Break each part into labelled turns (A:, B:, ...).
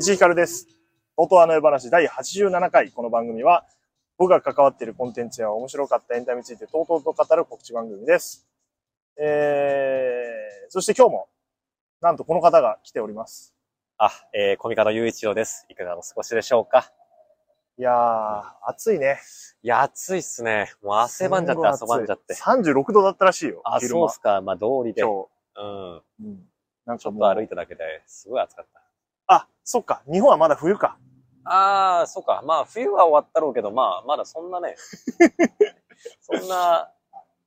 A: 石井ひかるです。とうとうあの夜話第87回。この番組は、僕が関わっているコンテンツや面白かったエンタメについてとうとうと語る告知番組です。えー、そして今日も、なんとこの方が来ております。
B: あ、えー、コミカの雄一郎です。いかがお過ごしでしょうか
A: いやー、暑いね。
B: いや、暑いっすね。もう汗ばんじゃって汗ばんじゃって。
A: 36度だったらしいよ。
B: あ、
A: 昼
B: そう
A: 間
B: っすか。まあ、通りで。う
A: 今
B: ん。ちょ
A: 日。うん。なんか
B: っ
A: も
B: と歩
A: う
B: い、ただけで、すごい暑かった。
A: あ、そっか。日本はまだ冬か。
B: あー、そうか。まあ、冬は終わったろうけど、まあ、まだそん なね、そんな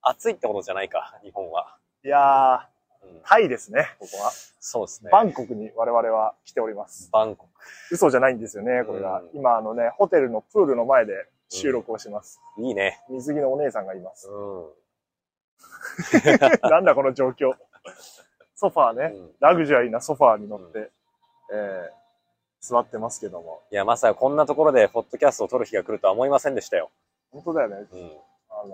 B: 暑いってことじゃないか、日本は。
A: いやー、
B: うん、
A: タイですね、ここは。
B: そうですね。
A: バンコクに我々は来ております。
B: バンコ
A: 嘘じゃないんですよね、これが。
B: うん
A: 今、あのね、ホテルのプールの前で収録をします。
B: ク。いいね。
A: 水着のお姉さんがいま
B: う
A: す。
B: ん。
A: なんだこの状況。ソファーね、
B: うん
A: ラグジュアリーなソファーに乗って、
B: う
A: えー座ってますけども。
B: いや、まさかこんなところで、ポッドキャストを撮る日が来るとは思いませんでしたよ。
A: 本当だよね。
B: うん。
A: あのー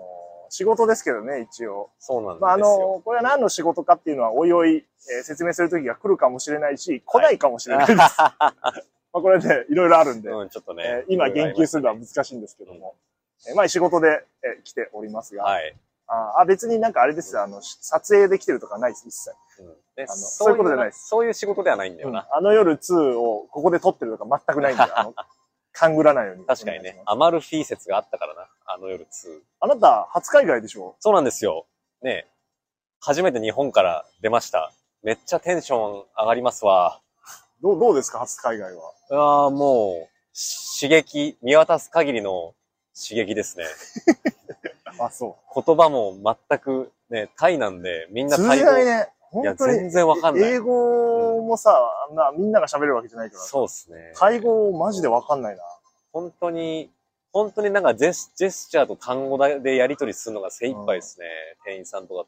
A: 仕事ですけどね、一応。
B: そうなんですよ。
A: まあ、あのーこれは何の仕事かっていうのは、おいおい、えー説明する時が来るかもしれないし、来ないかもしれ ないです。まあ、これね、いろいろあるんで、
B: うん、ちょっとね。
A: えー今言及するのは難しいんですけども、えーまあ仕事で、えー来ておりますが、
B: はい。
A: あーあ別になんかあれですよ、あの、し撮影できてるとかないです、一切。
B: うん
A: あ
B: で
A: のそういうことじゃないです
B: そういう仕事ではないんだよ
A: うん
B: な。
A: あの夜2をここで撮ってるとか全くないんで、あ の、勘ぐらないように。
B: 確かに
A: お願い
B: ね
A: し、ます
B: アマルフィ説があったからな、あの夜2。
A: あなた、初海外でしょ
B: そうなんですよ。ねえ初めて日本から出ました。めっちゃテンション上がりますわ。
A: どう、どうですか、初海外は。
B: ああ、もう、し刺激、見渡す限りの刺激ですね。
A: あ、そ
B: 言葉も全く、ね、タイなんで、みん
A: う。
B: な
A: 通
B: タイ
A: じ
B: 語
A: ないね。本当
B: いや、
A: に
B: 全。然わかんな
A: 英
B: い。
A: 語もさ、あんな、みんなが喋るわけじゃないから。
B: そうですね。
A: タイ語マジでわかんないな。
B: 本当に、本当になんかジェスジェスチャーと単語だでやり取りするのが精一杯ですね。店員さんとか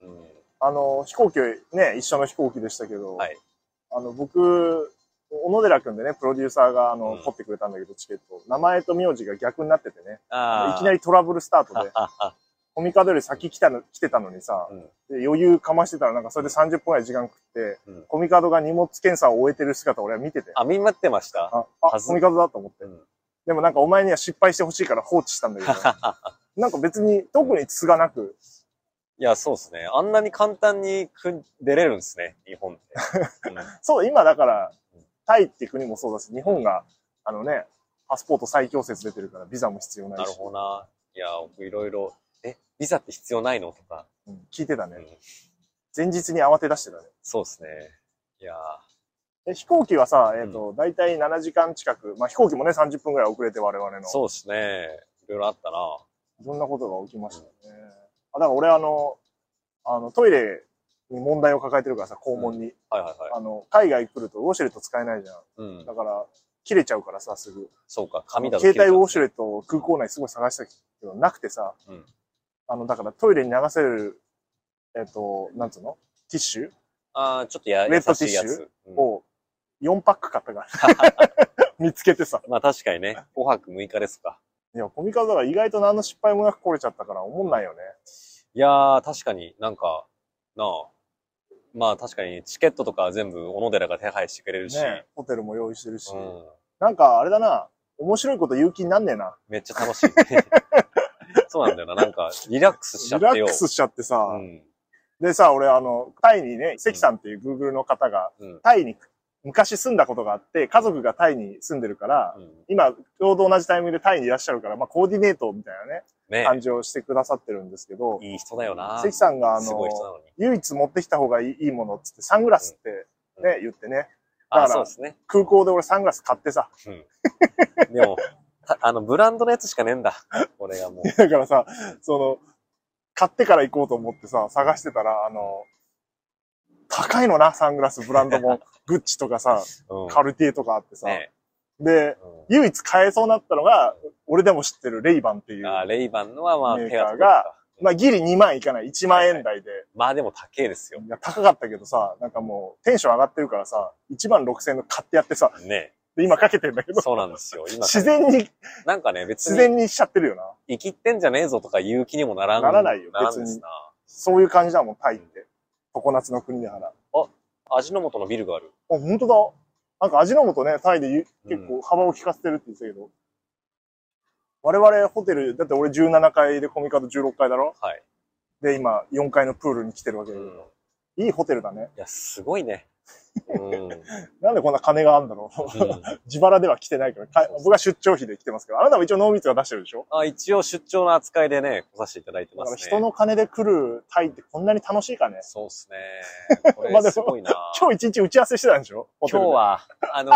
B: とも。
A: あの、飛行機、ね、一緒の飛行機でしたけど、
B: うん。はい。
A: あの、僕、小野寺くんでね、プロデューサーが、あの、
B: うん
A: 取ってくれたんだけど、チケットを。名前と名字が逆になっててね。
B: ああ。
A: い きなりトラブルスタート で、
B: ああ
A: コミカドより先来たの、来てたのにさ、
B: うん
A: で余裕かましてたら、なんかそれで30分くらい時間食って、
B: うん
A: コミカドが荷物検査を終えてる姿を俺は見てて、あ、
B: あ、見待ってました。
A: あ
B: はず
A: コミカドだと思って。
B: うん
A: でもなんかお前には失敗してほしいから放置したんだけど、なんか別に特につがなく、
B: いや、そうですね。あんなに簡単にく出れるんですね、日本って。 うん
A: そう、今だから
B: うん、
A: タイって国もそうだし、日本が、あのね、パスポート再強説出てるからビザも必要な
B: ないる
A: し、
B: ほどな。いや、僕いろいろ、え、ビザって必要ないのとか。
A: うん聞いてたね、
B: うん
A: 前日に慌て出してたね。
B: そうですね。いや
A: で飛行機はさ、えっ、と、だいたい7時間近く、まあ飛行機もね、30分ぐらい遅れて我々の、
B: そうですね。いろいろあったな。
A: いろんなことが起きましたね。あだから俺あの、あの、トイレに問題を抱えてるからさ、肛門に。
B: はいはいはい。
A: あの、海外来るとウォシュレット使えないじゃん。
B: うん
A: だ。から、切れちゃうからさ、すぐ。
B: そうか、紙だと切れ
A: 携
B: ちゃう
A: 帯ウォシュレットを空港内すごい探したけど、なくてさ、
B: うん
A: あの、だからトイレに流せる、えっ、と、なんつうのティッシュ
B: ああ、ちょっとや、
A: レ
B: 優
A: ッドティ
B: し
A: ッ
B: い
A: シュ
B: やつ。うん
A: を4パック買ったから。 見つけてさ。
B: まあ確かにね、5泊6日ですか。
A: いや、コミカドが意外と何の失敗もなく来れちゃったから、思んないよね。
B: いやー、確かになんか、なあ。まあ確かにチケットとか全部小野寺が手配してくれるし、
A: ねホテルも用意してるし。
B: うん、
A: なんかあれだな、面白いこと言う気になんねえな。
B: めっちゃ 楽しい。そうなんだよな。なんか、リラックスしちゃ
A: リ
B: っ
A: ラ
B: て
A: ッ
B: よ。
A: クスしちゃってさ
B: う。ん。
A: でさ、俺あの、タイにね、関さんっていう Google の方が
B: うん、
A: タイに昔住んだことがあって、家族がタイに住んでるから
B: う、ん、
A: 今、ちょうど同じタイミングでタイにいらっしゃるから、まあ、コーディネートみたいなね、
B: ね
A: 感じをしてくださってるんですけど、
B: いい人だよな。
A: 関さんがあ
B: すごい人な
A: の、
B: のに。
A: 唯一持ってきた方がいいいいものっつって、サングラスって
B: うん
A: ね、言ってね、だか
B: あ、
A: ら
B: そうですね。
A: 空港で俺サングラス買ってさ、
B: でも、たあの、ブランドのやつしかねえ んだ。俺がもう。
A: だからさ、その、買ってから行こうと思ってさ、探してたら、あの、高いのな、サングラス、ブランド も。グッチとかさ、
B: うん、
A: カルティエとかあってさ。
B: ね
A: で、
B: う
A: 唯一買えそうになったのが、俺でも知ってるレイバンってい
B: ん
A: う。
B: あーレイバンのはまあ、
A: メーカー
B: 手当て
A: が
B: が。
A: まあ、ギリ2万いかない、1万円台で。
B: まあでも高えですよ。
A: いや、高かったけどさ、なんかもう、テンション上がってるからさ、1万6千円の買ってやってさ、
B: ね
A: で、今かけてんだけど、
B: そうなんですよ。今、
A: 自然に、
B: なんかね、別
A: 自
B: に、
A: 然にしちゃってるよな。
B: 生きってんじゃねえぞとか言う気にもならん。
A: ならないよ
B: ならんで
A: 別
B: す
A: に
B: な。
A: そういう感じだもん、タイって。常夏の国だから。あ、
B: 味の素のビルがある。
A: 本当だ。なんか味の素ね、タイでゆ
B: うん
A: 結構幅を利かせてるって言ってたけど。我々ホテル、だって俺17階でコミカド16階だろ
B: はい。
A: で、今4階のプールに来てるわけ
B: う
A: だけ
B: ん。い
A: ど。いいホテルだね。
B: や、すご いね。うん。うん
A: なんでこんな金があるんだろう。 自腹では来てないから、か僕は出張費で来てますけど、あなたも一応ノーミツが出してるでしょ
B: あ一応出張の扱いでね、来させていただいて
A: だ
B: ま
A: か
B: す
A: ら
B: ね。
A: 人の金で来るタイってこんなに楽しいかね。
B: そうっす ね。こ
A: まあで
B: れ
A: も
B: すごいな。
A: 今日一日打ち合わせしてたんでしょホテ
B: 今
A: ル
B: 日
A: で。
B: は、あの、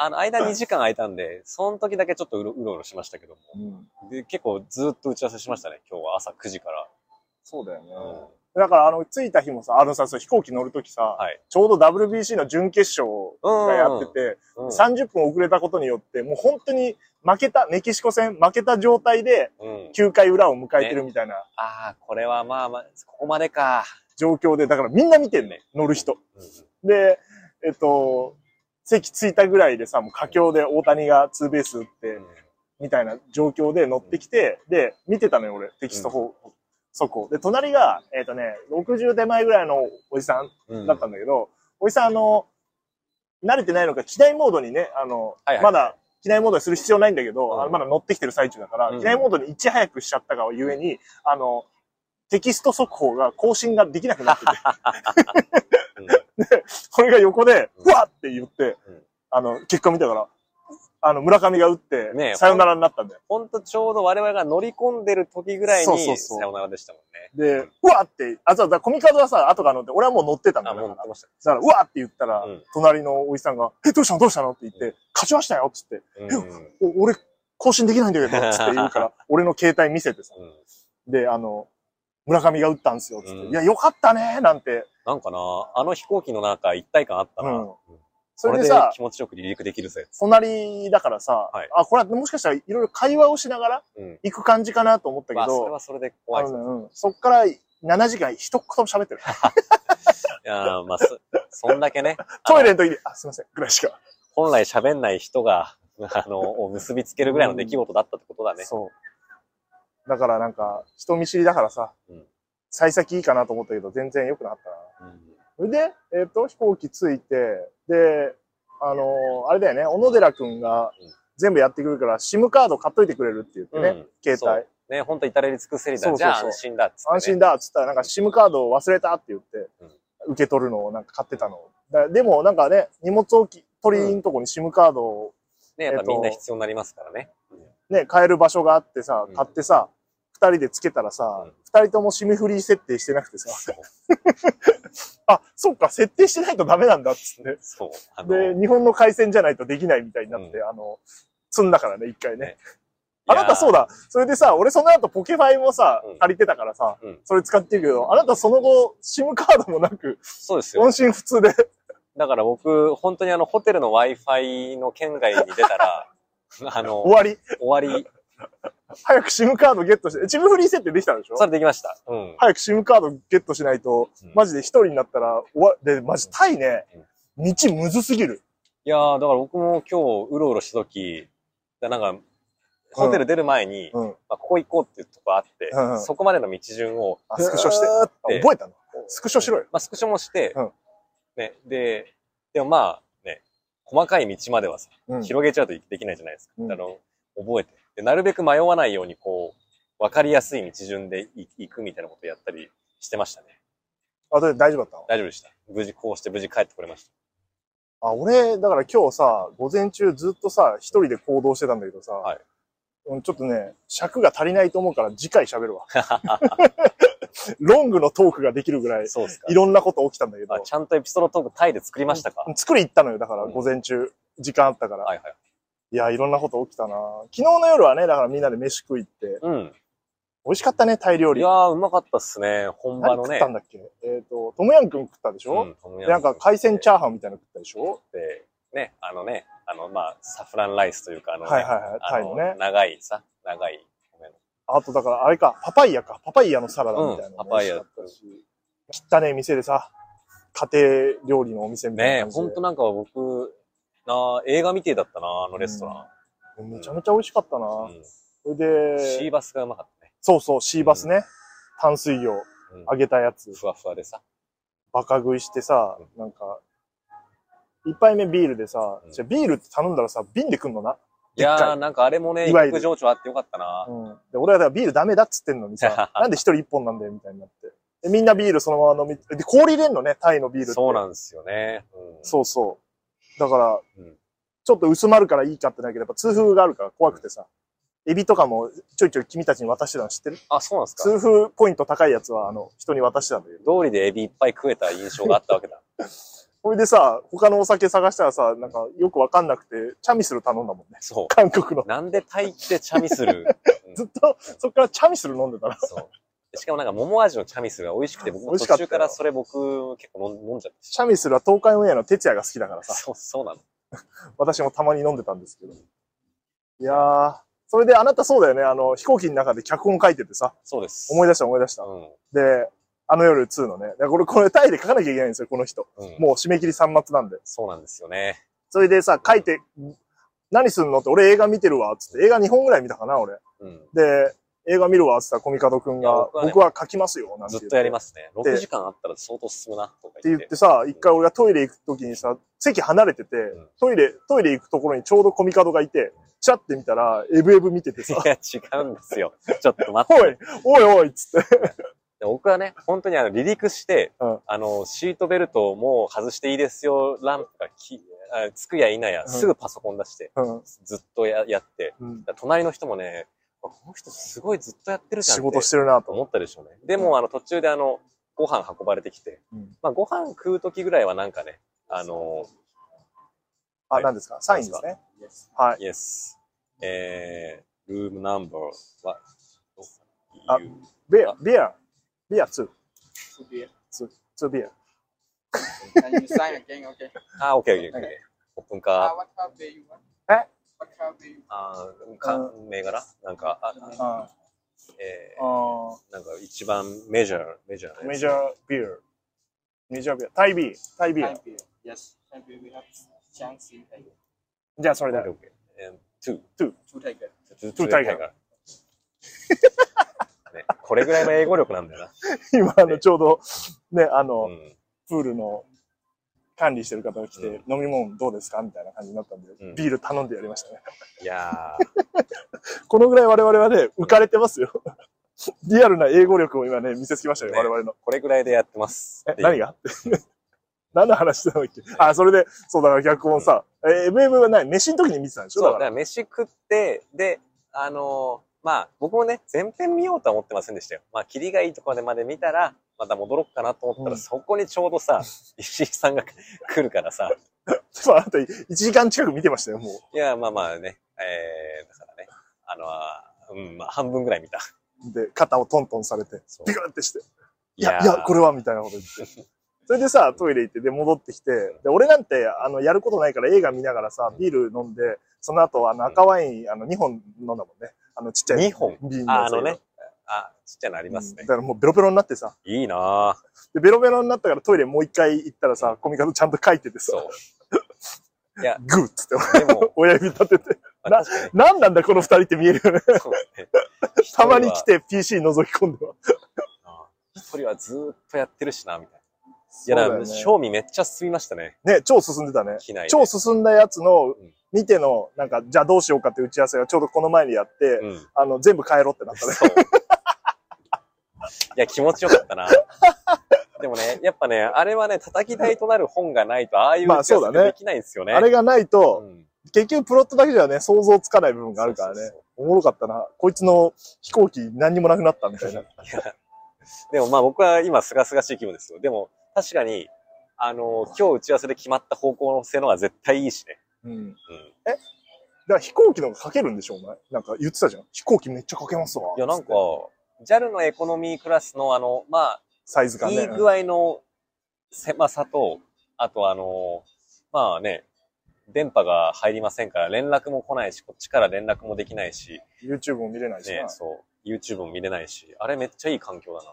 B: あの、間2時間空いたんで、その時だけちょっとうろうろうろしましたけども。
A: うん
B: で、結構ずっと打ち合わせしましたね、今日は朝9時から。
A: そうだよね。
B: うん
A: だから、あの、着いた日もさ、あのさ、そう飛行機乗るときさ、
B: はい
A: ちょうど WBC の準決勝がやってて、
B: うん
A: 30分遅れたことによって、もう本当に負けた、メキシコ戦負けた状態で
B: うん、
A: 9回裏を迎えてるみたいな
B: ああ、これはまあまあ、ここまでか。
A: 状況で、だからみんな見てんね、乗る人。
B: うん
A: で、えっと、席着いたぐらいでさ、もう佳境で大谷がツーベース打って、みたいな状況で乗ってきて、で、見てたのよ、俺、テキスト方、速報。で、隣が、えっとね、60手前ぐらいのおじさん
B: うん
A: だったんだけど、おじさん、あの、慣れてないのか、機内モードにね、あの、
B: はいはい
A: まだ、機内モードにする必要ないんだけど、
B: うん
A: あのまだ乗ってきてる最中だから、
B: うん
A: 機内モードにいち早くしちゃったがゆえに、あの、テキスト速報が更新ができなくなってて、
B: うん
A: これが横で、
B: うん
A: うわっって言って、
B: うん
A: あの、結果見たから、あの、村上が打って、
B: ねえ
A: さよならになったんだよ。
B: ほんとちょうど我々が乗り込んでる時ぐらい
A: そうそう
B: に、
A: そう
B: さよならでしたもんね。
A: で、うわって、あ、そうだ、コミカドはさ、後から乗って、俺はもう乗ってたんだ
B: あ、
A: よ。だ
B: もう
A: から
B: 乗ってました。
A: だから、うわって言ったら、
B: うん
A: 隣のおじさんが、え、どうしたのどうしたのって言って、
B: う
A: 勝ちましたよっつって、
B: うん
A: お俺、更新できないんだけど、つ って言うから、俺の携帯見せてさ。
B: うん
A: で、あの、村上が打ったんですよ、つって。
B: うん
A: いや、よかったねなんて。
B: なんかな、あの飛行機の中一体感あったな。
A: うん
B: うん
A: そ
B: こ
A: れ
B: れ
A: で
B: で
A: さ、
B: 気持ちよく離陸できるぜ。
A: 隣だからさ、
B: はい
A: あ、これはもしかしたらいろいろ会話をしながら
B: うん。
A: 行く感じかなと思ったけ
B: まあ、それ
A: ど、
B: はそれで
A: あ
B: 怖いですね。
A: のねうんそっから7時間一言も喋ってる。
B: いやーまあ、そ、そんだけね、
A: トイレの時に、あ、すいません、ぐらいしか。
B: 本来喋んない人が、 あの、を結びつけるぐらいの出来事だったってことだね。
A: そう。だからなんか、人見知りだからさ、
B: うん
A: 幸先いいかなと思ったけど、全然良くなかったな。
B: うん
A: それで、えっ、と、飛行機着いて、で、あのーあれだよね、小野寺くんが
B: うん
A: 全部やってくるから、SIM カード買っといてくれるって言ってね、
B: うん
A: 携
B: そうね、ほんと至れり尽くせりだ。
A: そう
B: じ
A: そうそう
B: ゃあ安心だっつって、
A: 帯。
B: ね。
A: 安心だっつったら、なんか SIM カードを忘れたって言って、
B: うん
A: 受け取るのをなんか買ってたの。だでも、なんかね、荷物置き、取りんとこに SIM カードを
B: ね、やっ
A: え
B: ぱ
A: っと
B: みんな必要になりますからね。
A: ね、買える場所があってさ
B: うん、
A: 買ってさ、二、人でつけたらさ
B: うん、
A: 二、人とも SIM フリー設定してなくてさ、
B: そう。
A: あ、そっか、設定してないとダメなんだっつって。
B: そう。あの、
A: で、日本の回線じゃないとできないみたいになって、あの、積んだからね、一回ね
B: ね。
A: あなたそうだ。
B: だ。
A: それでさ、俺その後ポケファイもさ、
B: うん
A: 借りてたからさ、
B: うん
A: それ使ってるけど、あなたその後、SIM カードもなく、
B: そうですよ
A: 音。信不通で。
B: だから僕、本当にあの、ホテルの Wi-Fi の県外に出たら、 あの、
A: 終わり。
B: 終わり、
A: 早く SIM カードゲットして、SIM フリー設定できたでしょ
B: それできました。うん。
A: 早く SIM カードゲットしないと、
B: うん
A: マジで一人になったら、終わ、で、マジタイね
B: うん、
A: 道むずすぎる。
B: いやー、だから僕も今日、うろうろした時、だなんか、ホテル出る前に、
A: うん。
B: まあ、ここ行こうっていうとこあって、
A: うんうん
B: そこまでの道順を、
A: あスクショして
B: ずーっ
A: あ
B: て
A: 覚えたのスクショしろよ。
B: まあ、スクショもして、
A: うん
B: ね、で、でもまあ、ね、細かい道まではさ、
A: うん
B: 広げちゃうとできないじゃないですか。
A: うん
B: あの、覚えてで。なるべく迷わないように、こう、わかりやすい道順でい行くみたいなことやったりしてましたね。
A: あ、だって大丈夫だったの
B: 大丈夫でした。無事、こうして無事帰ってこれまし
A: あ、俺、だから今日さ、午前中ずっとさ、一人で行動してたんだけどさ、
B: はい
A: うんちょっとね、尺が足りないと思うから次回喋 るわ。ロングのトークができるぐらい
B: た。、そうですか
A: い。ろんなこと起きたんだけど
B: あ、ちゃんとエピソードトークタイで作りましたか、
A: 作り行ったのよ、だから
B: うん
A: 午前中、時間あったから。、
B: はいいはい。
A: や、いろんなこと起きたな昨日の夜はね、だからみんなで飯食い行って、
B: うん。
A: 美味しかったね、タイ料
B: い
A: 理。
B: やー、うまかったっすね。本場
A: 何
B: の
A: 食
B: ね。
A: ったんだっけえっ、と、トムヤン君食ったでしょ、
B: うん
A: でなんか海鮮チャーハンみたいなの食ったでしょ
B: で、ね、あのね、あの、まあ、サフランライスというか、あの、ね、
A: はいはいはい、タ
B: あ
A: イ
B: の、
A: のね。
B: 長いさ、長い米の。
A: あとだから、あれか、パパイヤか。パパイヤのサラダみたいなの
B: うん
A: も
B: パパイヤ
A: 美味しかったし。汚ねえ店でさ、家庭料理のお店みたい
B: ね
A: な
B: え、
A: 感じで。
B: ほんとなんか僕、なあ映画みてえだったな、あのレストラ
A: めちゃめちゃ美味しかったな。
B: ン。うん
A: それ
B: シー
A: で、
B: バスがうまかったね。
A: そうそう、シーバスね。淡水魚
B: うん
A: 揚げたやつ。
B: ふわふわでさ。
A: バカ食いしてさ、なんか、一杯目ビールでさ
B: う、ん
A: じゃあビールって頼んだらさ、瓶で来んのな。
B: い
A: でっかい
B: やー、なんかあれもね、
A: い
B: 一
A: わゆる
B: 服情緒あってよかったな。
A: うん。で、俺はだからビールダメだっつってんのに さ、なんで一人一本なんだよ、みたいになって。で、みんなビールそのまま飲み、で、氷入れんのね、タイのビールって。
B: そうなんですよね。うん
A: そうそう。だから、
B: うん
A: ちょっと薄まるからいいかってなければ、痛風があるから怖くてさ、エビとかもちょいちょい君たちに渡してたの知ってる
B: あ、そうなんですか。
A: 痛風ポイント高いやつは、あの、人に渡してたんだけど。
B: 通りでエビいっぱい食えた印象があったわけ だ。
A: それでさ、他のお酒探したらさ、なんかよくわかんなくて、チャミスル頼んだもんね。
B: そ
A: 韓国の
B: う。。なんでタイってチャミスル。うん
A: ずっと、そっからチャミスル飲んでたら。
B: そう。しかもなんか桃味のチャミスルが美味しくて、僕
A: 美
B: も
A: 味しかっ
B: 途
A: たよ
B: 中からそれ僕結構飲ん飲ん じゃって
A: チャミスルは東海オンエアの哲也が好きだからさ、
B: そう、そうなの。
A: 私もたまに飲んでたんですけど。いやー、それであなたそうだよね、あの、飛行機の中で脚本書いててさ、
B: そうです。
A: 思い
B: 出
A: 出した思い出した。
B: うん。
A: で、あの夜2のね。だからこれ、これタイで書かなきゃいけないんですよ、この人。
B: うん、
A: もう締め切り3末なんで。
B: そうなんですよね。
A: それでさ、書いて、何すんのって、俺映画見てるわ、つって。映画2本ぐらい見たかな、俺。
B: うん。
A: で、映画見るわ、つったらコミカドくん
B: いや
A: が
B: 僕、はね
A: 僕は書きますよ、なんて
B: ず
A: 言
B: っとやり
A: す。
B: ますね。
A: で
B: 6時間あったら相当進むな、とか
A: って言
B: 言っ。
A: っててさ、一回俺がトイレ行くときにさ、席離れてて
B: ん、
A: トイレ、トイレ行くところにちょうどコミカドがいて、チャって見たら、エブエブ見ててさ、
B: いや、違うんですよ。ちょっと待っ
A: お
B: て
A: い。、おいおい、つって。
B: で僕はね、本当にあの離陸して、
A: うん
B: あの、シートベルトをもう外していいですよ、ランプがきあつくや否や、
A: ん
B: すぐパソコン出して、
A: うん
B: ずっとややって、
A: うん
B: だから隣の人もね、この人すごいずっとやってるじゃんっ
A: 仕
B: て
A: 事してるなと。
B: 思ったでしょうね。でも、あの、途中であの、ご飯運ばれてきて、
A: うん
B: まあ、ご飯食う時ぐらいはなんかね、あの、
A: あ、何ですかサインですね。はい。
B: イエス、えー、ルームナンバーは、
A: あビア、ビア、ビア2。
C: to be
A: 2ビア。
C: and you sign again, okay?
B: あ、オッケーオッケーオッケー。オープンカ
C: Uh, what car do you want?
A: Eh?
C: What car do you
B: あーか、銘柄なんか、あ、あ
A: あ
B: えー、
A: あ
B: なんか一番メジャー、メジャーなやつ
A: メジャービール。メジャービール。タイビー。タイビー
C: want?
A: ル
C: Time。beer. Yes, time beer. We have chance in Tiger.
A: じゃあそれで
B: オッケー。オッケーえー、2。
C: Two Tiger.
B: 2、
A: Two Tiger
B: ね、これぐらいの英語力なんだよ
A: 今、あの、ちょうど、ね、あ
B: な。
A: の、
B: ん。
A: プールの管理してる方が来て、
B: うん
A: 飲み物どうですかみたいな感じになったんで、
B: うん
A: ビール頼んでやりましたね。
B: いや
A: このぐらい我々はね、浮かれてますよ。 リアルな英語力を今ね、見せつけましたよ、
B: ね
A: 我々の
B: ー。、これぐらいでやってます。
A: え、何が 何の話してたんだっけあ、それで、そうだから脚本さ、え、MM はない、飯の時に見てたんでしょ
B: そう、
A: だか。
B: だからら飯食って、で、あのーまあ、僕もね、全編見ようとは思ってませんでしたよ。まあ、霧がいいとこまで見たら、また戻ろうかなと思ったら、
A: うん
B: そこにちょうどさ、 石井さんが来るからさ、
A: そう、あなた1時間近く見てましたよ、もう。
B: いや、まあまあね、えー、だからね、あのあー、うん、まあ、半分ぐらい見た。
A: で、肩をトントンされて、
B: そう
A: ビクンってして、い
B: い
A: や、いや、これは、みたいなこと言って。それでさ、トイレ行って、で、戻ってきて、で、俺なんて、あの、やることないから映画見ながらさ、ビール飲んで、その後、あの、赤ワイン、あの、2本飲んだもんね。あの、ちっちゃい。
B: 二本
A: 瓶の
B: あ
A: や
B: あ
A: つだ
B: の
A: けど
B: ね、あ、ちっちゃいのあります
A: う
B: ね
A: ん。だからもうベロベロになってさ、
B: いいな ぁ。
A: で、ベロベロになったからトイレもう一回行ったらさ、コミカドちゃんと書いててさ、
B: そう。いや、
A: グーっつって、
B: でも、
A: 親指立てて、
B: まあ確かに
A: なんなんだこの二人って見えるよね。
B: そうだね。
A: たまに来て PC 覗き込んでは。
B: 一人はずーっとやってるしな、みたい
A: そう
B: な。い
A: だ
B: や、だ
A: よ
B: から、
A: ね
B: 賞味めっちゃ進みましたね。
A: ね、超進んでたね。
B: 機内で。
A: 超進んだやつの
B: うん、
A: 見ての、なんか、じゃあどうしようかって打ち合わせがちょうどこの前にやって、
B: うん。
A: あの、全部帰ろうってなったね。
B: そう。いや、気持ちよかったな。でもね、やっぱね、あれはね、叩き台となる本がないと、ああいう
A: まあ
B: 打ち合
A: そ
B: わ
A: う
B: せ
A: だね
B: できないんですよね。
A: あれがないと、
B: うん
A: 結局プロットだけじゃね、想像つかない部分があるからね。
B: そうそう
A: おもろかったな。こいつの飛行機何にもなくなったみたいな。
B: でもまあ僕は今、すがすがしい気分ですよ。でも、確かに、あの、今日打ち合わせで決まった方向性の方が絶対いいしね。
A: うん。だか
B: うん。
A: ら飛行機の方がかけるんでしょ、お前。なんか言ってたじゃん。飛行機めっちゃかけますわ。
B: いや、なんか
A: つって、
B: JAL のエコノミークラスのあの、ま
A: サイズ
B: あ、
A: 感
B: い
A: ね。
B: い具合の狭さと、あとあの、まあね、電波が入りませんから、連絡も来ないし、こっちから連絡もできないし、
A: YouTube も見れないし
B: ね
A: な、。
B: そう、YouTube も見れないし、あれめっちゃいい環境だな。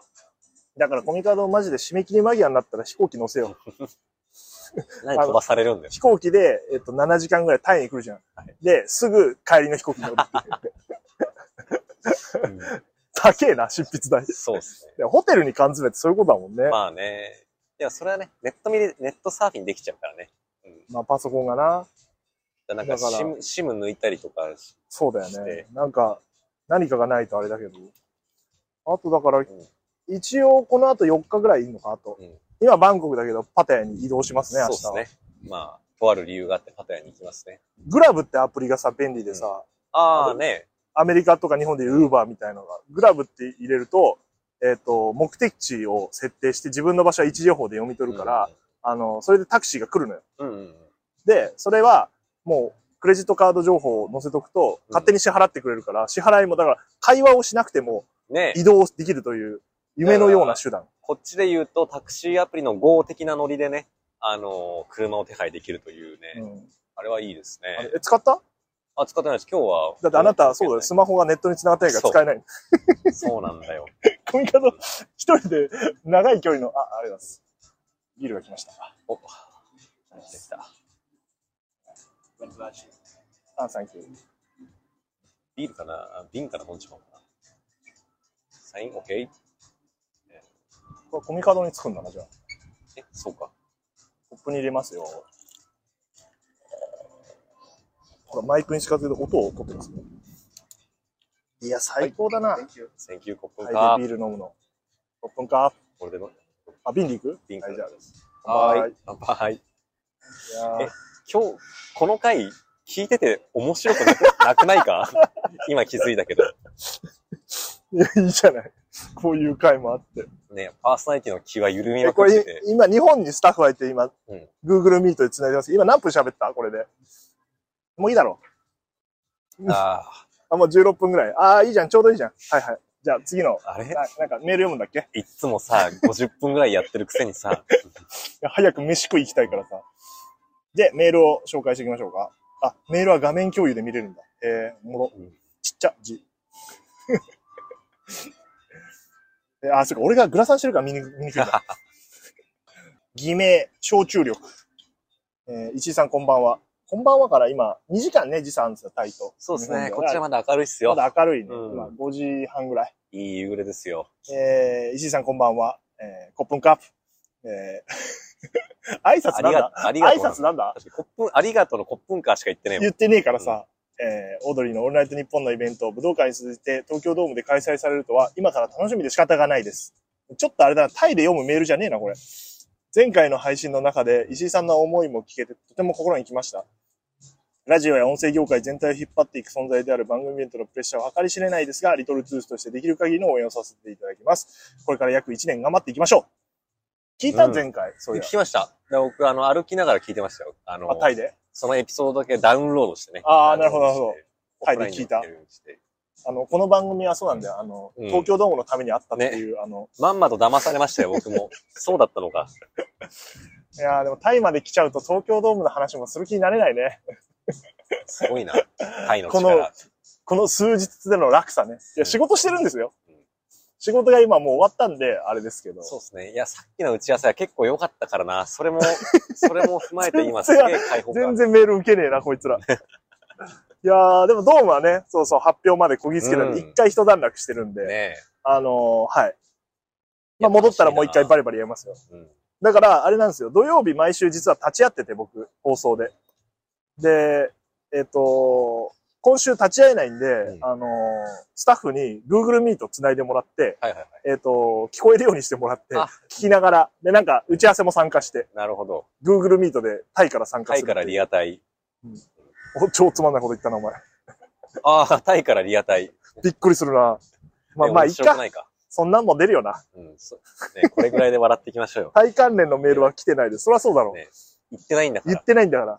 A: だからコミカドマジで締め切り間際になったら飛行機乗せよう。
B: 何飛ばされるんだよ。
A: 飛行機で、えっと、7時間ぐらいタイに来るじゃん。
B: はい
A: で、すぐ帰りの飛行機に 乗るっていう。高えな、執筆代
B: うん。そうっす
A: でホテルに缶詰ってそういうことだもんね。
B: ね。
A: まあ、
B: まあね。いや、それはね、ネット見れ、ネットサーフィンできちゃうからね。うん。
A: パソコンがな。
B: だからなんか
A: だから
B: シム、シム抜いたりとかし、
A: そうだよ
B: して
A: ね。なんか、何かがないとあれだけど。あとだから、
B: ん
A: 一応この後4日ぐらいいるのか、あと。
B: うん
A: 今バンコクだけど、パタヤに移動しますね、明日は。
B: そうですね。まあ、とある理由があってパタヤに行きますね。
A: グラブってアプリがさ、便利でさ、
B: ああね。
A: アメリカとか日本でいう Uber みたいなのが、グラブって入れると、えっ、と、目的地を設定して自分の場所は位置情報で読み取るから、あの、それでタクシーが来るのよ。
B: うん、うんうんうん。
A: で、それはもうクレジットカード情報を載せとくと
B: うん
A: 勝手に支払ってくれるから、支払いもだから会話をしなくても
B: ね
A: 移動できるという夢のような手段。
B: こっちで言うと、タクシーアプリの GO 的なノリでね、あのー車を手配できるというね、
A: うん
B: あれはいいです
A: あれ
B: ね。
A: え、使った
B: あ、使ってないです。今日は。
A: だってあなた、そうだよ、スマホがネットに繋がってないから使えない。
B: そうなんだよ。
A: コミカド、一人で長い距離の、あ、あれだす。ビールが来ました。
B: お、できた。
C: When's last year?
A: あ、サンキュー。
B: ビールかなあ瓶かな本ちもかなサイン ?OK?
A: これコミカドに作るんだな、じゃあ。
B: え、そうか。
A: コップに入れますよ。ほら、マイクに近づけて音を取ってますね。いや、最高だな。はい、
C: Thank you.
B: センキューコップン
A: は
B: か
A: い、でビール飲むの。6分か。
B: これでも、
A: あ、瓶で行く
B: 瓶か
A: は
B: ら
A: い、じゃあ。
B: は
A: はい
B: い。乾杯。
A: い
B: え
A: やー、
B: 今日、この回、聞いてて面白くなくなくないか 今気づいたけど。
A: いや、いいじゃない。こういう回もあって。
B: ね、パーソナリティの気は緩み
A: え、
B: ま
A: こ
B: くって
A: れ
B: て、、
A: 今、日本にスタッフがいて、今、
B: うん
A: Google Meet で繋いでます。今、何分喋ったこれで。もういいだろい
B: あ
A: う。あ、もう16分ぐらい。ああ、いいじゃん。ちょうどいいじゃん。はいはい。じゃあ、次の。
B: あ、あれ
A: ななんか、メール読むんだっけい
B: いっつもさ、50分ぐらいやってるくせに さ、
A: や早く飯食い行きたいからさ。で、メールを紹介していきましょうか。あ、メールは画面共有で見れるんだ。えー、おもろ
B: うん。
A: ちっちゃ、字。 えあ、そうか、俺がグラサンしてるから見に見にくいん だ。偽名、焼酎力。えー、石井さんこんばんは。こんばんはから今、2時間ね、時差あるんですよ、タイと。
B: そうです
A: 日
B: ね、
A: 本
B: こ
A: で
B: っちはまだ明るいっす
A: ま
B: よ。
A: だ明るいね。
B: うん
A: 今、5時半ぐらい。
B: いい夕暮れですよ。
A: えー、石井さんこんばんは。えー、コップンカップ。えー、 挨拶
B: あ
A: なん
B: り
A: だ
B: がありが
A: 挨
B: とう。
A: 拶なんだ
B: 確かにコップン、ありがとうのコップンカーしか言ってねえも
A: 言ってねえからさ、えー、オードリーのオールナイトニッポンのイベントを武道館に続いて東京ドームで開催されるとは、今から楽しみで仕方がないです。ちょっとあれだな、タイで読むメールじゃねえな、これ。前回の配信の中で石井さんの思いも聞けてとても心にきました。ラジオや音声業界全体を引っ張っていく存在である番組イベントのプレッシャーは計り知れないですが、リトルトゥースとしてできる限りの応援をさせていただきます。これから約1年頑張っていきましょう。聞いた
B: うん。
A: 前回、そうんいや
B: 聞。きました。で僕、あの、歩きながら聞いてましたよ。あの
A: あ、タイで
B: そのエピソードだけダウンロードしてね。
A: あーなるほどなるほど
B: ダ
A: タ
B: ウ
A: イで
B: ンロードして
A: 聞いた
B: オフラインでやってるようにして
A: あの、この番組はそうなんだよ。あの、
B: うん
A: 東京ドームのためにあったっていう、あの、
B: まんまと騙されましたよ、僕も。そうだったのか。
A: いやーでもタイまで来ちゃうと東京ドームの話もする気になれないね。
B: すごいな。タイの
A: この
B: 力。
A: この数日での落差ね。いや、仕事してるんですよ
B: うん。
A: 仕事が今もう終わったんで、あれですけど。
B: そうですね。いや、さっきの打ち合わせは結構良かったからな。それ も、それも踏まえて今すげえ解放
A: 全
B: 感。
A: 然メール受けねえな、こいつら。い やーでもドームはね、そうそう、発表までこぎつけたんで、
B: う
A: 一
B: ん
A: 回一段落してるんで、
B: ね
A: あのーはい。まあ、戻ったらもう一回バリバリやりますよ。
B: え。うん。
A: だから、あれなんですよ。土曜日毎週実は立ち会ってて、僕、放送で。で、えっ、と、今週立ち会えないんで、
B: うん
A: あのー、スタッフに Google Meet つないでもらって、
B: はいはいはい。
A: えっ、と、聞こえるようにしてもらって、
B: あ
A: 聞きながら、で、なんか、打ち合わせも参加して、
B: なるほど。
A: Google Meet でタイから参加
B: タイ
A: する
B: か
A: って
B: ら
A: いう。
B: リアタイ。
A: お超つまんないこと言ったな、お前。
B: ああ、タイからリアタイ。
A: びっくりするな。まあ、
B: ね
A: まあ、い
B: 面
A: っ
B: 白く
A: か。
B: ないか。
A: そんなんも出るよな。
B: うん。そね、これぐらいで笑っていきましょうよ。
A: タイ関連のメールは来てないです。そりゃそうだろう。
B: ね言ってないんだか
A: 言っ
B: ら。
A: てないんだから。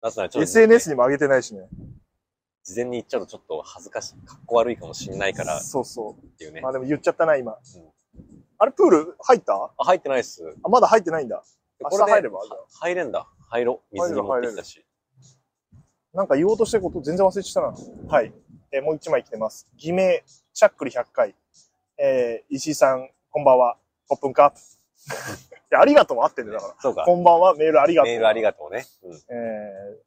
B: なぜならちょっと、
A: SNS にも上げてないしね。
B: 事前に言っちゃうとちょっと恥ずかしい、かっこ悪いかもしんないからっ
A: そうそう。
B: ていうね
A: ま。あでも言っちゃったな、今。あれ、プール入った
B: あ、入ってないっす。
A: あ、まだ入ってないんだ。
B: で
A: 明
B: こ
A: 日
B: れで
A: 入ればじゃあ
B: 入れんだ。入ろ。水に持ってきたし。
A: なんか言おうとしてること全然忘れてたな。はい。えーもう一枚来てます。偽名、しゃっくり100回。えー石井さん、こんばんは。コップンカップ。 や、ありがとうは合ってんだよだか。。
B: そうから
A: こんばんは、メールありがとう。
B: メールありがとうね。うん。
A: えー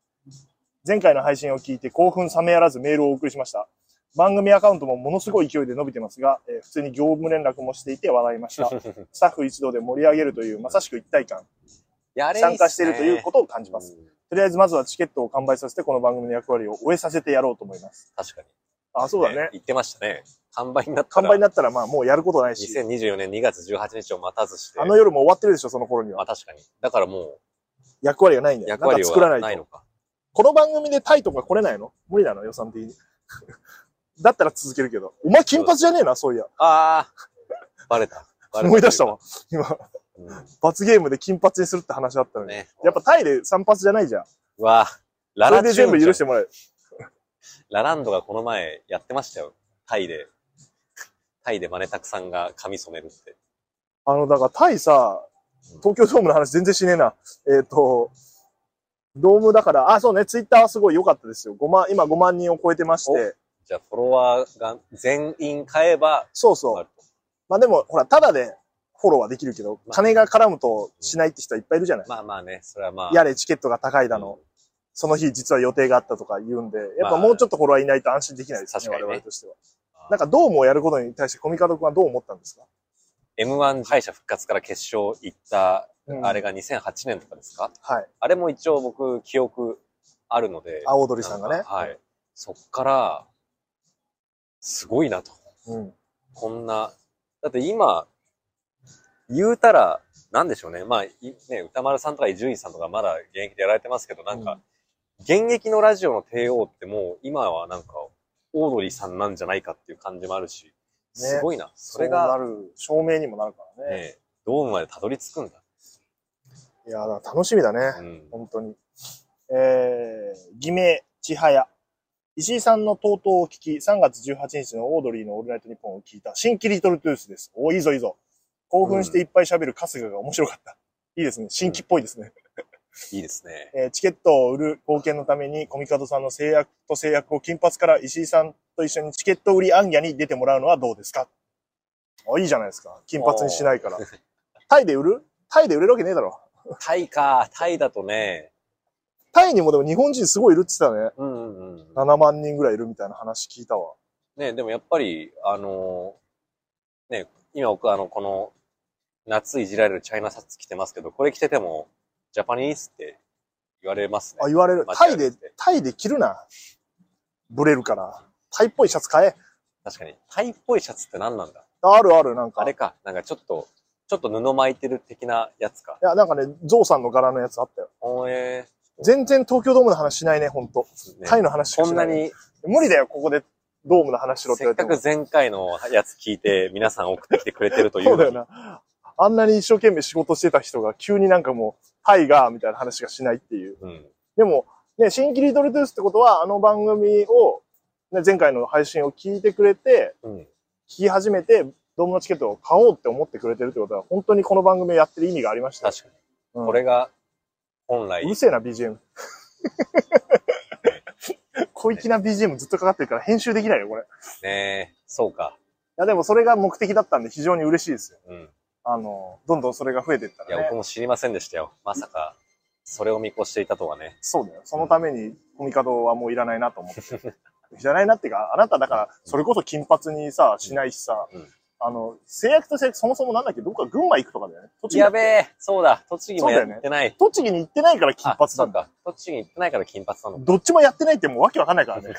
A: 前回の配信を聞いて興奮冷めやらずメールをお送りしました。番組アカウントもものすごい勢いで伸びてますが、えー普通に業務連絡もしていて笑いま した。 スタッフ一同で盛り上げるというまさしく一体感、
B: やれ
A: 参加しているということを感じます。
B: うん
A: とりあえずまずはチケットを完売させてこの番組の役割を終えさせてやろうと思います。
B: 確かに。
A: あ、そうだね。
B: 言ってましたね。完売になった
A: 完
B: ら。
A: 売になったらまあもうやることないし、
B: 2024年2月18日を待たずして。
A: あの夜も終わってるでしょ、その頃に
B: まあ
A: は。
B: 確かに。だからも
A: 役割がないん
B: う、
A: だよ。
B: 役
A: なん
B: 割
A: か作ら
B: は
A: な
B: ないい
A: と。
B: のか。
A: この番組でタイとか来れないの無理なの予算的に。 だったら続けるけど。お前金髪じゃねえな、そういや。
B: ああ、バレた。バレ
A: 思い出したわ。今。
B: というか。
A: 罰ゲームで金髪にするって話あったの
B: うん
A: に。
B: ね。
A: やっぱタイで散髪じゃないじゃん。
B: うわあ、ラ
A: それ
B: ラ
A: で
B: チュ
A: 全
B: ーン
A: 部
B: じゃ
A: 許
B: ん
A: してもらえる。
B: ラランドがこの前やってましたよ。タイで。タイでマネタクさんが髪染めるって。
A: あの、だからタイさ、東京ドームの話全然しねえな。えっ、と、ドームだから、あ、そうね、ツイッターはすごい良かったですよ。5万、今5万人を超えてまして。
B: じゃあフォロワーが全員買えば、
A: そうそう。まあでも、ほら、ただでフォローはできるけど、
B: まあ
A: 金が絡むとしないって人はいっぱいいるじゃない。
B: まあまあね、それはまあ。
A: やれ、チケットが高いだ
B: う
A: の
B: ん。
A: その日実は予定があったとか言うんで、やっぱ
B: まあ
A: もうちょっとフォロワーいないと安心できないですね、
B: 確かにね
A: 我々としては。
B: あー
A: なんかドームをやることに対してコミカド君はどう思ったんですか
B: M1 敗者復活から決勝行った、
A: うん
B: あれが2008年とかですか、
A: はい。
B: あれも一応僕、記憶あるので。
A: 青踊りさんがね。
B: はい。そっから、すごいなと。
A: うん。
B: こんな。だって今、言うたら、なんでしょうね。まあ、いね、歌丸さんとか伊集院さんとかまだ現役でやられてますけど、なんか、現役のラジオの帝王ってもう今はなんか、オードリーさんなんじゃないかっていう感じもあるし、すごいな。それ
A: そう
B: が、
A: なる、証明にもなるからね。
B: ね、ドームまでたどり着くんだ。
A: いや、だから楽しみだね。
B: うん。
A: 本当に。えー、偽名、千早。石井さんのとうとうを聞き、3月18日のオードリーのオールナイトニッポンを聞いた、新規リトルトゥースです。おーいいぞいいぞ。興奮していっぱい喋る春日が面白かった。いいですね。新規っぽいですね。
B: いいですね。
A: えーチケットを売る貢献のために、コミカドさんの制約と制約を金髪から石井さんと一緒にチケット売り暗夜に出てもらうのはどうですかあ、いいじゃないですか。金髪にしないから。タイで売るタイで売れるわけねえだろ。
B: タイか、タイだとね、
A: タイにもでも日本人すごいいるって言ってたね。
B: うんうんうん。
A: 7万人ぐらいいるみたいな話聞いたわ。
B: ね、でもやっぱり、あのーね、今僕あの、この、夏いじられるチャイナシャツ着てますけど、これ着てても、ジャパニーズって言われますね。
A: あ、言われる。
B: 間
A: タ
B: 違
A: イ
B: いな
A: で
B: くて、
A: タイで着るな。ブレるから。タイっぽいシャツ買え。
B: 確かに。タイっぽいシャツって何なんだ
A: あるある、なんか。
B: あれか、なんかちょっと、ちょっと布巻いてる的なやつか。
A: いや、なんかね、ゾウさんの柄のやつあったよ。
B: おーえ
A: 全然東京ドームの話しないね、ほんと。
B: ー
A: タイ
B: ね、
A: の話しか
B: こ
A: し
B: ん
A: な。
B: ないに、
A: 無理だよ、ここでドームの話しろって言わ
B: せっ
A: れて
B: か
A: も。
B: く前回のやつ聞いて、皆さん送ってきてくれてるという
A: そうだ
B: の
A: よ
B: に、
A: な。あんなに一生懸命仕事してた人が急になんかもう、タイが、みたいな話がしないっていう。
B: うん。
A: でも、ね、新規リトルトゥースってことは、あの番組を、ね、前回の配信を聞いてくれて、
B: うん。
A: 聞き始めて、ドームのチケットを買おうって思ってくれてるってことは、本当にこの番組をやってる意味がありましたよ。
B: 確かに。
A: うん
B: これが、本来
A: うる、せえな、BGM。小粋な BGM ずっとかかってるから編集できないよ、これ。い
B: ね、そうか。
A: や、でもそれが目的だったんで非常に嬉しいですよ。
B: うん。
A: あの、どんどんそれが増えていった
B: いや、
A: らね
B: 僕。も知りませんでしたよ。まさか、それを見越していたとはね。
A: そうだよ。そのためにコミカドはもういらないなと思って。 いらないなっていうか、あなただから、それこそ金髪にさ、しないしさ、
B: うん
A: あの、制約と制約そもそもなんだっけどっか群馬行くとかだよね。栃木だ
B: や
A: っけ
B: べえそうだ栃木もやってない。
A: 栃木に行ってないから金
B: あ、
A: 髪
B: そ
A: なん
B: う
A: だ。
B: か。栃木に行ってないから金髪なのか。
A: どっちもやってないってもうわけわかんないからね。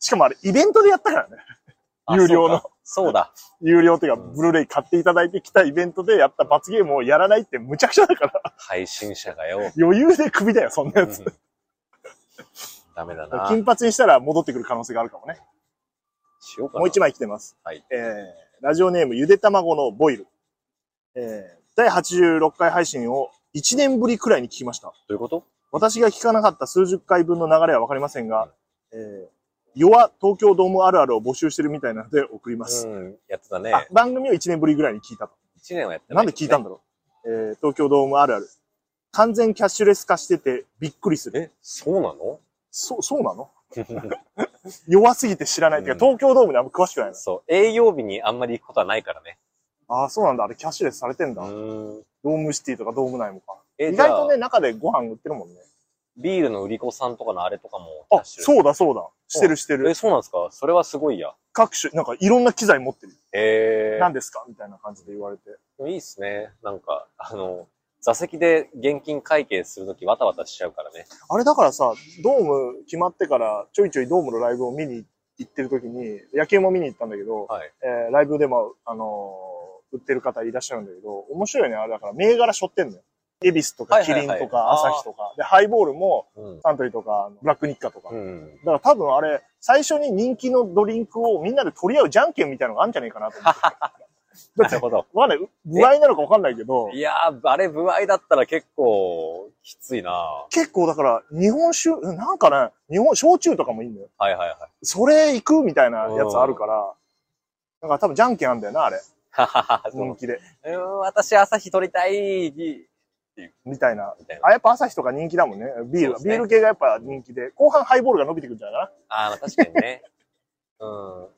A: しかもあれ、イベントでやったからね。
B: あ
A: 有料の。
B: そうだ。
A: 有料というか、
B: うん
A: ブルーレイ買っていただいてきたイベントでやった罰ゲームをやらないって無茶苦茶だから、
B: 配信者 がよ。
A: 余裕で首だよ、そんな
B: う
A: や
B: ん
A: つ。
B: ダメだな。
A: 金髪にしたら戻ってくる可能性があるかもね。
B: しようかな。
A: もう一枚来てます。
B: はい
A: えー、ラジオネーム、ゆで卵のボイル。えー、第86回配信を1年ぶりくらいに聞きました。
B: どういうこと
A: 私が聞かなかった数十回分の流れはわかりませんが、えー、弱東京ドームあるあるを募集してるみたいなので送ります。
B: うん、やってたね。
A: あ番組を1年ぶりぐらいに聞いたと。
B: 一年はやってな、
A: ないんで聞いたん
B: だ
A: だろう。えー、東京ドームあるある。完全キャッシュレス化しててびっくりする。
B: え、そうなの
A: そう、そうなの 弱すぎて知らない。てか、東京ドームであんま詳しくないの。
B: そう。営業日にあんまり行くことはないからね。
A: ああ、そうなんだ。あれキャッシュレスされてんだ。
B: うん。
A: ドームシティとかドーム内もか。
B: え、
A: 意
B: じゃ
A: 外
B: あ
A: と、ね、中でご飯売ってるもんね。
B: ビールの売り子さんとかのあれとかもキャ
A: あ、
B: ッシュレス
A: そうだそうだ。してるしてる
B: え、。そうなんですかそれはすごいや。
A: 各種、なんかいろんな機材持ってる。
B: え
A: 何ですかみたいな感じで言われて。
B: ー、いいっすね。なんか、あの、座席で現金会計するときわたわたしちゃうからね。
A: あれだからさ、ドーム決まってからちょいちょいドームのライブを見に行ってる時に、野球も見に行ったんだけど、
B: はい。
A: えーライブでも、あのー売ってる方いらっしゃるんだけど、面白いね。あれだから銘柄背負ってんのよ。エビスと
B: は
A: か
B: い
A: キ
B: はいは
A: リ
B: い
A: ンと
B: あ
A: か
B: ー
A: アサヒとか。で、ハイボールも
B: うん。
A: サントリーとか、ブラックニッカとか。
B: う
A: だ
B: ん。
A: から多分あれ、最初に人気のドリンクをみんなで取り合うじゃんけんみたいなのがあるんじゃないかなと思って。 だ
B: な
A: って
B: る、ほど。
A: わかんない。具合なのかわかんないけど、
B: いやー、あれ、不合だったら結構、きついなは
A: 結構だから、日本酒、なんかね、日本、焼酎とかもいいんだよ。
B: いはいはい。
A: それ行くみたいなやつあるから、なんか多分じゃんけんあんだよな、あれ。
B: はははは、
A: 人
B: う
A: 気で。
B: ん、私、朝日撮りたい、み
A: みたいな。
B: たいな。
A: あ、やっぱ朝日とか人気だもんね。ビール
B: そうで
A: が、
B: す
A: ビ
B: ね
A: ール系がやっぱ人気で。後半ハイボールが伸びてくるんじゃないか
B: あーまあ、確かにね。うん。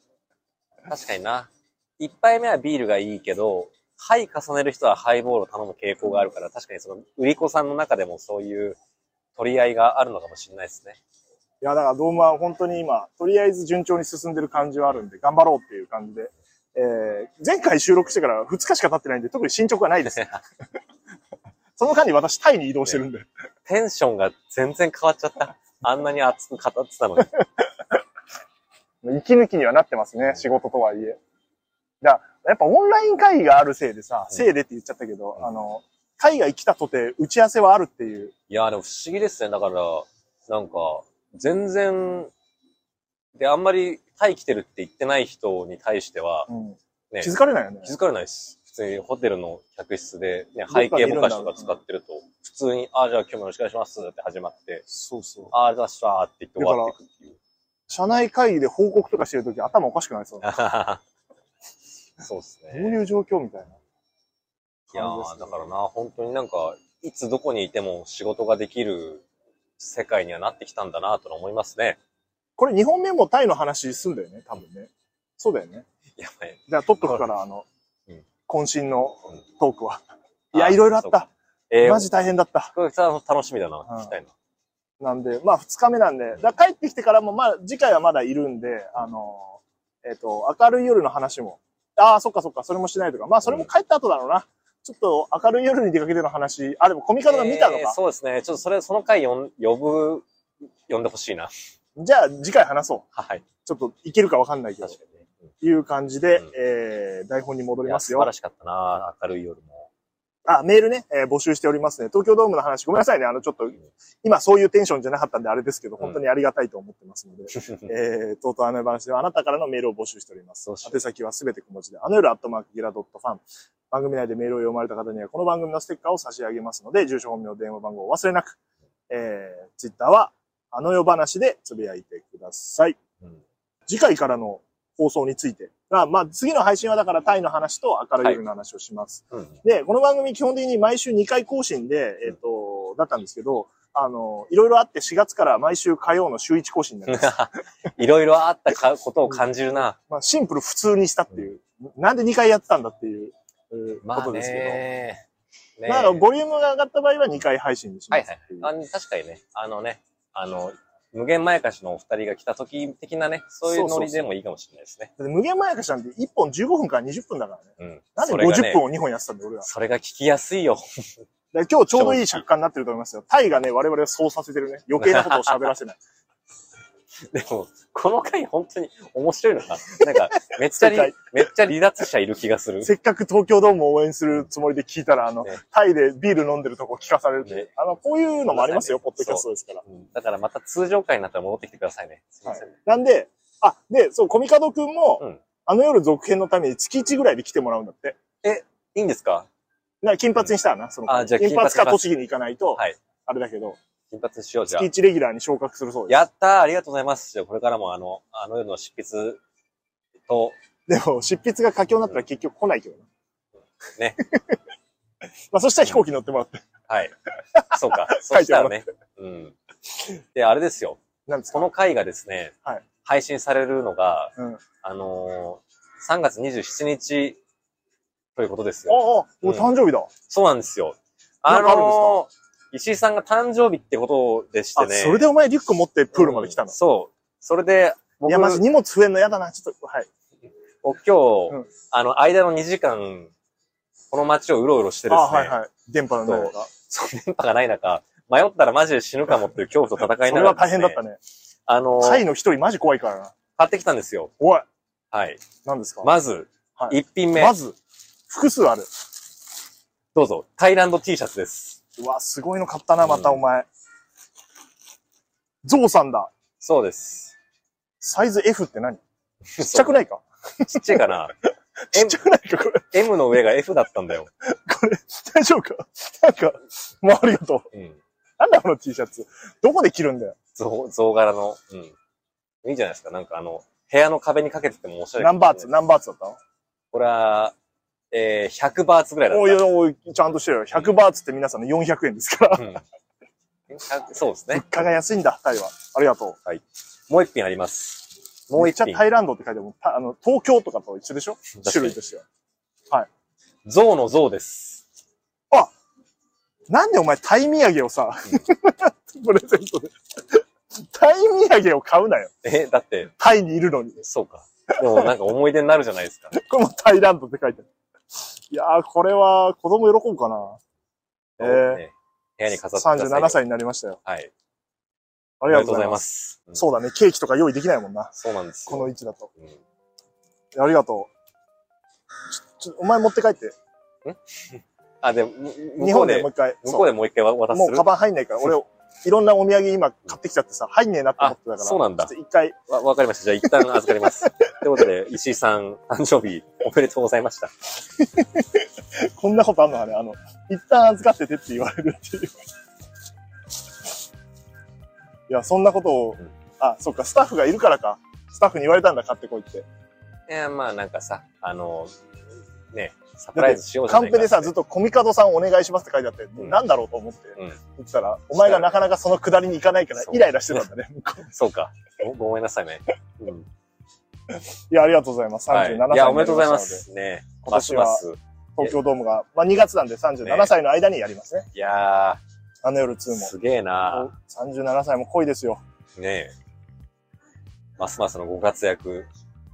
B: 確かにな。一杯目はビールがいいけど、杯重ねる人はハイボールを頼む傾向があるから、確かにその、売り子さんの中でもそういう取り合いがあるのかもしれないですね。
A: な。いや、だからドームは本当に今、とりあえず順調に進んでる感じはあるんで、頑張ろうっていう感じで。えー、前回収録してから2日しか経ってないんで、特に進捗はないです。その間に私、タイに移動してるんで。
B: テンションが全然変わっちゃった。あんなに熱く語ってたのに。
A: 息抜きにはなってますね、仕事とはいえ。だからやっぱオンライン会議があるせいでさ、
B: うん
A: せいでって言っちゃったけど、
B: うん
A: あの、海外来たとて打ち合わせはあるっていう。
B: いやーでも不思議ですね。だから、なんか、全然、で、あんまり、タイ来てるって言ってない人に対しては、ね、
A: 気づかれないよね。
B: 気づかれないです。普通にホテルの客室で、ね、背景ぼかしとか使ってると、普通に、あ、じゃあ今日もよろしくお願いしますって始まって、
A: そうそう。
B: あ、ありがとうございましたって言って終わっていくっていう。
A: 社内会議で報告とかしてるとき頭おかしくないですよ。ど
B: そうです
A: う
B: ね。
A: いう状況みたいな。
B: いや
A: 感じです
B: ー、
A: ね
B: だからな、本当になんか、いつどこにいても仕事ができる世界にはなってきたんだなとは思いますね。
A: これ日本メモタイの話すんだよね、多分ね。そうだよね。
B: やばい。
A: じゃあ取っとくから、あの
B: うん、
A: 渾身の
B: うん
A: トークは。いや、
B: あ
A: いろいろあっ
B: そうか
A: た。
B: えー、
A: マジ大変だった。
B: これさ楽しみだな、
A: ん
B: 聞きたいな。
A: なんで、まあ2日目なんで、だから帰ってきてからも、まあ次回はまだいるんで、あの、えっ、と、明るい夜の話も、ああ、そっかそっか、それもしないとか、まあそれも帰った後だろうな。ちょっと明るい夜に出かけての話、あ、でもコミカドが見たの
B: えー
A: か。
B: そうですね。ちょっとそれ、その回呼ん呼ぶ、呼んでほしいな。
A: じゃあ次回話そう。
B: はい。
A: ちょっといけるかわかんないけど
B: 確、かにね。うん
A: いう感じで、
B: うん
A: えー、台本に戻
B: い
A: り
B: や
A: ます
B: 素晴
A: よ
B: ら。しかったな、明るい夜も。
A: あ、メールね、えー募集しておりますね。東京ドームの話、ごめんなさいね。あの、ちょっと、今そういうテンションじゃなかったんであれですけど、
B: ん
A: 本当にありがたいと思ってますの で。えー、とうとうあの夜話ではあなたからのメールを募集しております
B: どうしよ。う
A: 宛先はすべて小文字で、あの夜アットマークギラドットファン。番組内でメールを読まれた方には、この番組のステッカーを差し上げますので、住所、本名、電話番号をお忘れなく、えー、ツイッターは、あの夜話でつぶやいてください。
B: うん
A: 次回からの放送について。まあ、まあ、次の配信はだからタイの話と明るい夜の話をします。
B: うん
A: で、この番組基本的に毎週2回更新で、えっ、と、だったんですけど、あの、いろいろあって4月から毎週火曜の週1更新になります。
B: いろいろあったかことを感じるな。
A: まあ、シンプル普通にしたっていう、なんで2回やってたんだっていう、えー
B: ま
A: こ
B: あ
A: とですけ
B: ね。
A: ど。
B: ね
A: まあ、あのボリュームが上がった場合は2回配信にし
B: は
A: ま
B: い
A: す
B: はい
A: っていう。
B: あの。確かにね、あのね、あの、無限前かしのお二人が来た時的なね、そういうノリでもいいかもしれないですね。
A: だって無限前かしなんて1本15分から20分だからね。
B: うん。
A: なんで
B: それが
A: 50
B: ね
A: 分、を2本やってたんだよ、俺ら。
B: それが聞きやすいよ。
A: だから今日ちょうどいい尺感になってると思いますよ。タイがね、我々をそうさせてるね。余計なことを喋ら せない。
B: でも、この回本当に面白いのか。な んか、めっちゃり
A: 世界、
B: めっちゃ離脱者いる気がする。
A: せっかく東京ドームを応援するつもりで聞いたら、あの、
B: ね
A: タイでビール飲んでるとこ聞かされるって、
B: ね
A: あの、こういうのもありますよ、
B: そ
A: ポ
B: う
A: ッドキャストですから。
B: うんだからまた通常回になったら戻ってきてくださいね。すいません。
A: なんで、あ、で、そう、コミカドくんも、
B: うん
A: あの夜続編のために月1ぐらいで来てもらうんだって。
B: いいんですか
A: な金髪にしたらな、その、
B: あじゃあ
A: 金髪
B: 金
A: か
B: 髪
A: 栃木に行かないと、
B: はい
A: あれだけど、
B: 金髪にしよう、じゃあ
A: 月。1レギュラーに昇格するそうです。
B: やったーありがとうございます。じゃあこれからもあの、あの夜の執筆と、
A: でも、執筆が佳境になったら結局来ないけどな。
B: ね。
A: まあ、そしたら飛行機乗ってもらって。
B: はい。そうか。そ
A: 書い
B: してた
A: も
B: ら
A: ら
B: ね。うん。で、あれですよ。
A: なんです
B: こ
A: か
B: の回がですね、
A: はい
B: 配信されるのが、
A: うん
B: あのー3月27日、ということです
A: あ
B: よ。
A: あ、俺誕生日だ。
B: そうなんですよ。
A: な
B: あ
A: んかあるんですか
B: のー石井さんが誕生日ってことでして
A: あ、
B: ね。
A: それでお前リュック持ってプールまで来たの
B: うん。そう。それで、
A: い
B: 僕、
A: や、まず
B: 僕
A: 荷物増えんの嫌だな。ちょっと、はい。
B: 今日、
A: うん
B: あの、間の2時間、この街をうろうろして
A: あ
B: ですね、
A: はいはい。電波のない中。
B: そう、電波がない中、迷ったらマジで死ぬかもっていう恐怖と戦い
A: そ
B: な
A: れ
B: がら
A: は
B: ですね、
A: 大変だったね。
B: あのー、
A: タイの一人マジ怖いからな。
B: 買ってきたんですよ。
A: おい、
B: はい。
A: 何ですか
B: まず、
A: はい
B: 一1品目、
A: まず、複数ある。
B: どうぞ、タイランド T シャツです。
A: うわ、すごいの買ったな、またお前。ゾウさんだ。
B: そうです。
A: サイズ F って何ち
B: ちっ
A: っちゃくないか
B: ちっちゃいかな。
A: ちっちゃくないかこれ、
B: M の上が F だったんだよ。
A: これ、大丈夫かなんか、もうありがとう。
B: うん。
A: なんだこの T シャツ。どこで着るんだよ。
B: 象、象柄の。うん。いいじゃないですか。なんかあの、部屋の壁にかけててもおしゃれか
A: 何
B: もしれな
A: バー
B: い
A: ツ何バーツだったの
B: これは、えー、100バーツぐらいだ
A: おい
B: っ
A: おい、ちゃんとしてるよ。100バーツって皆さんの400円ですから。
B: た。うん100そうですね
A: 物。価が安いんだ、タイは。ありがと
B: もう一品あります。
A: う。
B: もう
A: めっ
B: 一
A: ちゃ
B: 品。
A: タイランドって書いてあるもんたあの、東京とかと一緒でしょ
B: 確かに
A: 種類としては。
B: 象の象です。
A: なんでお前タイ土産をさ、プレゼントで。タイ土産を買うなよ。
B: え、だって、
A: タイにいるのに。
B: そうか。でもなんか思い出になるじゃないですか。
A: これもタイランドって書いてある。いやー、これは子供喜ぶかな。 えー
B: ね部屋に飾ってください。
A: 37。歳になりましたよ。
B: はい。
A: あ
B: あ
A: り
B: り
A: が
B: が
A: と
B: と
A: うご
B: うご
A: ざ
B: ざ
A: い
B: い
A: ま。
B: ますす。うん
A: そうだね、ケーキとか用意できないもんな。
B: そうなんです
A: こ
B: よ。
A: の位置だと。
B: うん
A: ありがとう。ちょ、ちょ、お前持って帰って。
B: あ、でも、
A: 日
B: 向こ
A: 本
B: う
A: で
B: で
A: もう、一回。
B: 向こうでもう一回渡
A: も
B: す
A: う
B: る
A: カバン入んないから、俺、いろんなお土産今買ってきちゃってさ、入んねえなって思ってたから。
B: あそうなんだ
A: ちょっと一回、
B: わ、わかりました。じゃあ一旦預かり ます。ということで、石井さん、誕生日、おめでとうございました。
A: こんなことあんのあれ、あの、一旦預かっててって言われるっていう。 いや、そんなことを
B: うん、
A: あ、そっか、スタッフがいるからか。スタッフに言われたんだ、買ってこいって。
B: いや、まあなんかさ、あの、ね、サプライズしようじ
A: カ
B: ゃな
A: ン
B: い
A: ペ
B: か
A: でさ、ずっとコミカドさんお願いしますって書いてあって、
B: ん
A: なんだろうと思って、
B: うん
A: 言ってたら、お前がなかなかその下りに行かないから
B: そ、う
A: イライラしてたんだね。
B: そうか。ごごめんなさいね。うん。
A: いや、ありがとうございます。37
B: は
A: 歳
B: い。
A: になりましたので。
B: いや、おめでとうございます。ね。
A: 今年は
B: ますます
A: 東京ドームが、まあ2月なんで37歳の間にやりますね。
B: いや
A: あの夜2
B: ー、
A: も。
B: すげえな
A: 37歳も濃いですよ。
B: ねえ。ますますのご活躍、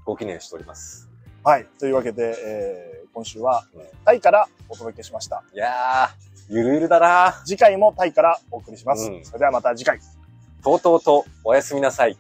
B: ご記念しております。
A: はい。というわけで、えー今週は
B: うん
A: タイからお届けしました。
B: いやー、ゆるゆるだな
A: 次回もタイからお送りします。
B: うん
A: それではまた次回。
B: とうとうとおやすみなさい。